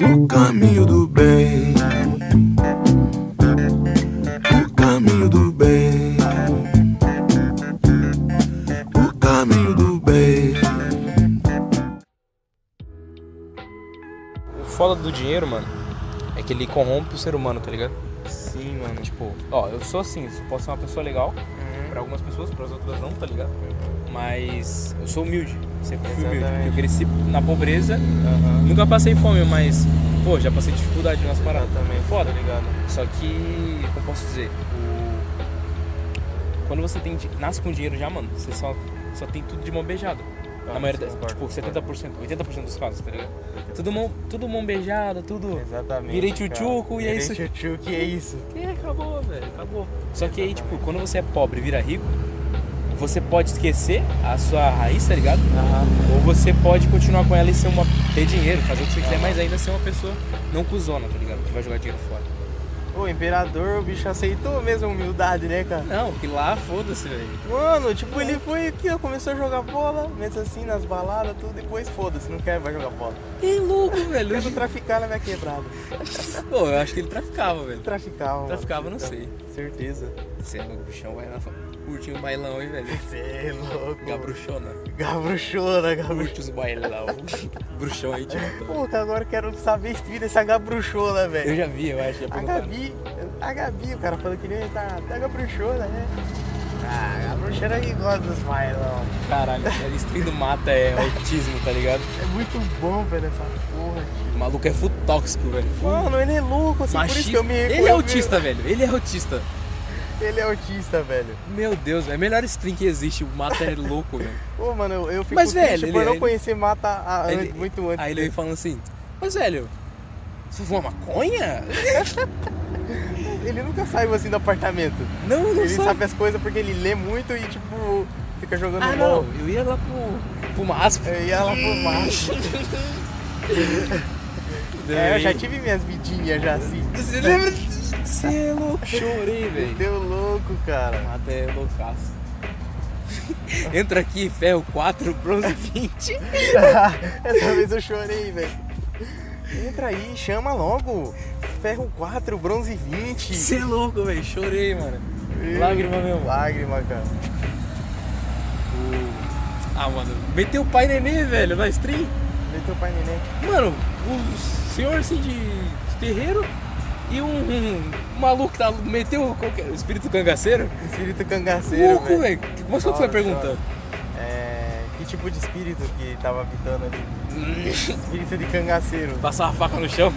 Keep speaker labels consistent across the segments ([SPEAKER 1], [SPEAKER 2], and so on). [SPEAKER 1] O caminho do bem. O caminho do bem. O caminho do bem.
[SPEAKER 2] O foda do dinheiro, mano, é que ele corrompe o ser humano, tá ligado?
[SPEAKER 3] Sim, mano.
[SPEAKER 2] Tipo, ó, eu sou assim, eu posso ser uma pessoa legal
[SPEAKER 3] Uhum.
[SPEAKER 2] pra algumas pessoas, pras outras não, tá ligado? Mas eu sou humilde, sempre fui humilde.
[SPEAKER 3] Exatamente.
[SPEAKER 2] porque Eu cresci na pobreza,
[SPEAKER 3] Aham.
[SPEAKER 2] nunca passei fome, mas, pô, já passei dificuldade nas paradas.
[SPEAKER 3] Exatamente,
[SPEAKER 2] Foda.
[SPEAKER 3] tá ligado?
[SPEAKER 2] Só que, como posso dizer, o- quando você tem, di- nasce com dinheiro já, mano, você só, só tem tudo de mão beijada.
[SPEAKER 3] Ah,
[SPEAKER 2] Na maioria,
[SPEAKER 3] sim,
[SPEAKER 2] das,
[SPEAKER 3] concordo,
[SPEAKER 2] tipo,
[SPEAKER 3] concordo.
[SPEAKER 2] 70%, 80% dos casos, tá ligado? Tudo mão, tudo mão beijada, tudo...
[SPEAKER 3] Exatamente.
[SPEAKER 2] Virei
[SPEAKER 3] cara.
[SPEAKER 2] tchutchuco e é isso.
[SPEAKER 3] Virei tchutchuco e é isso.
[SPEAKER 2] E acabou, velho, acabou. Só que aí, tipo, quando você é pobre e vira rico, você pode esquecer a sua raiz, tá ligado? Ou você pode continuar com ela e ser uma, ter dinheiro, fazer o que você quiser, mas ainda ser uma pessoa não cuzona, tá ligado? Que vai jogar dinheiro fora.
[SPEAKER 3] O imperador, o bicho aceitou mesmo a humildade, né, cara?
[SPEAKER 2] Não, que lá, foda-se, velho.
[SPEAKER 3] Mano, tipo, ele foi aqui, ó, começou a jogar bola, mesmo assim, nas baladas, tudo, depois foda-se, não quer, vai jogar bola.
[SPEAKER 2] Que louco, velho.
[SPEAKER 3] Quero traficar na minha quebrada.
[SPEAKER 2] Pô, eu acho que ele traficava, velho.
[SPEAKER 3] Traficava, mano.
[SPEAKER 2] Traficava, não sei.
[SPEAKER 3] Certeza.
[SPEAKER 2] Você é louco, bichão, vai lá, curte o bailão, hein, velho.
[SPEAKER 3] Você é louco. né,
[SPEAKER 2] Gabruchona,
[SPEAKER 3] Gabruchona, gabruchona.
[SPEAKER 2] curte os bailão. Bruxão aí, tipo.
[SPEAKER 3] Puta, agora eu quero saber se vira essa gabruchona,
[SPEAKER 2] Eu
[SPEAKER 3] velho.
[SPEAKER 2] já vi, eu acho. Já
[SPEAKER 3] A
[SPEAKER 2] perguntaram.
[SPEAKER 3] Gabi, a Gabi, o cara falou que nem tá, tá gabruchona, né? Ah, gabruchona que gosta dos bailão.
[SPEAKER 2] Caralho, a stream do mata é autismo, tá ligado?
[SPEAKER 3] É muito bom, velho, essa porra.
[SPEAKER 2] O maluco é full tóxico, velho. Full
[SPEAKER 3] Mano, ele é louco, assim, por isso que
[SPEAKER 2] machista.
[SPEAKER 3] eu me
[SPEAKER 2] ele é
[SPEAKER 3] eu me-
[SPEAKER 2] autista, velho. Ele é autista.
[SPEAKER 3] Ele é autista, velho.
[SPEAKER 2] Meu Deus, é a melhor stream que existe. O mata é louco, velho.
[SPEAKER 3] Ô, mano, eu, eu fico
[SPEAKER 2] Mas,
[SPEAKER 3] triste
[SPEAKER 2] velho,
[SPEAKER 3] por
[SPEAKER 2] ele-
[SPEAKER 3] não
[SPEAKER 2] ele-
[SPEAKER 3] conhecer Mata a-
[SPEAKER 2] Ele-
[SPEAKER 3] Ah, muito antes.
[SPEAKER 2] Aí ele
[SPEAKER 3] dele.
[SPEAKER 2] vem falando assim: Mas, velho, você fuma maconha?
[SPEAKER 3] Ele nunca saiu assim do apartamento.
[SPEAKER 2] Não, não
[SPEAKER 3] Ele
[SPEAKER 2] sabe.
[SPEAKER 3] sabe as coisas porque ele lê muito e, tipo, fica jogando
[SPEAKER 2] Ah,
[SPEAKER 3] LOL.
[SPEAKER 2] não. Eu ia lá pro. pro MASP.
[SPEAKER 3] E ela fumava. É, eu já tive minhas vidinhas já assim.
[SPEAKER 2] Você lembra? Você é louco. Chorei, velho.
[SPEAKER 3] Deu louco, cara.
[SPEAKER 2] Mata é loucaço. Entra aqui, ferro 4, bronze 20.
[SPEAKER 3] Essa vez eu chorei, velho. Entra aí, chama logo. Ferro 4, bronze 20.
[SPEAKER 2] Você é louco, velho. Chorei, mano.
[SPEAKER 3] Meu,
[SPEAKER 2] Lágrima mesmo.
[SPEAKER 3] Lágrima, cara.
[SPEAKER 2] Ah, mano, meteu o pai nenê, velho, na stream.
[SPEAKER 3] Vê teu pai neném.
[SPEAKER 2] Mano, o senhor assim de de terreiro e um, um maluco que tá, meteu qualquer, o espírito cangaceiro.
[SPEAKER 3] Espírito cangaceiro,
[SPEAKER 2] Louco, velho. Mas qual que tá foi a
[SPEAKER 3] Chora,
[SPEAKER 2] pergunta?
[SPEAKER 3] É, que tipo de espírito que tava habitando ali? espírito de cangaceiro.
[SPEAKER 2] Passar a faca no chão.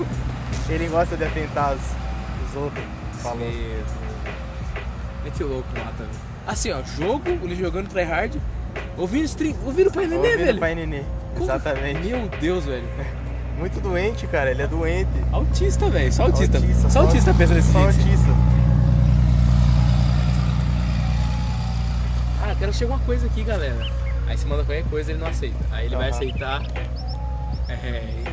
[SPEAKER 3] Ele gosta de atentar os, os outros. Falou.
[SPEAKER 2] Esse- é Meteu louco, mata. velho. Assim, ó, jogo, ele jogando tryhard, ouvindo stream, ouvindo o pai nenê,
[SPEAKER 3] Ouvindo
[SPEAKER 2] velho.
[SPEAKER 3] pai nenê.
[SPEAKER 2] Como-
[SPEAKER 3] Exatamente.
[SPEAKER 2] Meu Deus, velho. É
[SPEAKER 3] Muito doente, cara. Ele é doente.
[SPEAKER 2] Autista, velho. Só autista. só
[SPEAKER 3] só-
[SPEAKER 2] autista pensa desse
[SPEAKER 3] Só
[SPEAKER 2] jeito.
[SPEAKER 3] autista.
[SPEAKER 2] Ah, quero chegar uma coisa aqui, galera. Aí você manda qualquer coisa, ele não aceita. Aí ele vai
[SPEAKER 3] Aham.
[SPEAKER 2] aceitar é,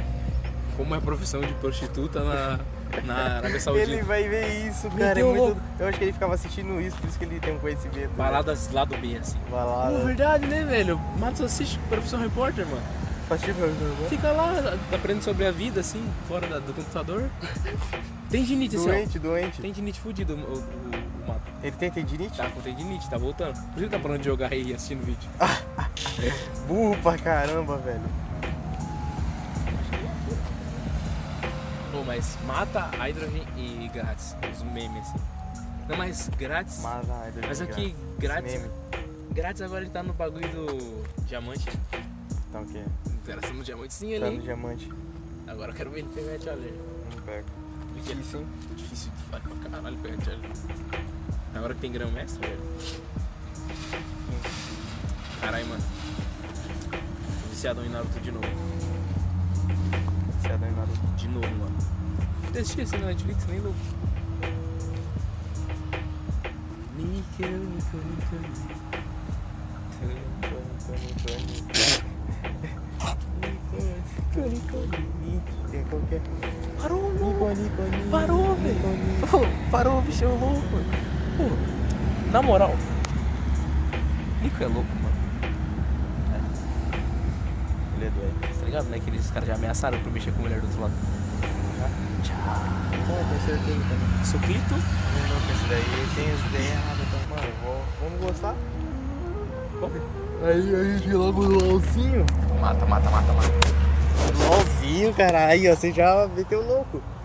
[SPEAKER 2] como é a profissão de prostituta na, na Arábia Saudita.
[SPEAKER 3] Ele vai ver isso,
[SPEAKER 2] Me
[SPEAKER 3] cara. É
[SPEAKER 2] deu
[SPEAKER 3] muito-
[SPEAKER 2] louco.
[SPEAKER 3] Eu acho que ele ficava assistindo isso, por isso que ele tem um conhecimento. né?
[SPEAKER 2] Baladas lá do B, assim. Pô,
[SPEAKER 3] Balada.
[SPEAKER 2] verdade, né, velho? Matos assiste profissão repórter, mano.
[SPEAKER 3] Faz tipo-
[SPEAKER 2] Fica lá, aprende sobre a vida, assim, fora da- do computador. Tendinite, assim, ó.
[SPEAKER 3] Doente, doente.
[SPEAKER 2] Tendinite fudido, o, o, o Mato.
[SPEAKER 3] Ele tem tendinite?
[SPEAKER 2] Tá com tendinite, tá voltando. Por isso que tá parando de jogar aí e assistindo vídeo.
[SPEAKER 3] Burro pra caramba, velho.
[SPEAKER 2] Pô, mas mata Hydrogen e grátis, os memes. assim. Não, mas grátis.
[SPEAKER 3] Mas, ai, doido,
[SPEAKER 2] Mas aqui,
[SPEAKER 3] cara.
[SPEAKER 2] grátis.
[SPEAKER 3] Esse meme.
[SPEAKER 2] Grátis agora ele tá no bagulho do diamante.
[SPEAKER 3] Tá o quê?
[SPEAKER 2] Era sendo um diamantezinho
[SPEAKER 3] Tá no
[SPEAKER 2] ali.
[SPEAKER 3] diamante.
[SPEAKER 2] Agora eu quero ver ele pegar a Challenger.
[SPEAKER 3] Não pega.
[SPEAKER 2] Porque é
[SPEAKER 3] Difícil, hein?
[SPEAKER 2] difícil de falar pra caralho pegar a Challenger. Agora que tem grão mestre, velho. Caralho, mano. Tô viciadão em Naruto de novo.
[SPEAKER 3] Você é doido, Naruto.
[SPEAKER 2] De novo, mano. Eu assisti esse na Netflix, nem louco. Nico, Nico, Nico.
[SPEAKER 3] é
[SPEAKER 2] Parou, louco. Parou, velho. Pô, Parou, bicho, é louco. Pô, na moral. Nico é louco, mano.
[SPEAKER 3] Ele é doente. é
[SPEAKER 2] Tá ligado, né? Que eles caras já ameaçaram pra mexer com a mulher do outro lado.
[SPEAKER 3] Então, eu pensei aqui, então.
[SPEAKER 2] Suplito?
[SPEAKER 3] Eu não pensei daí, eu tenho as ideias erradas, então, mano, vou- vamos gostar? Aí a gente logo um do LOLzinho.
[SPEAKER 2] Mata, mata, mata, mata.
[SPEAKER 3] Um LOLzinho, caralho, você já meteu louco.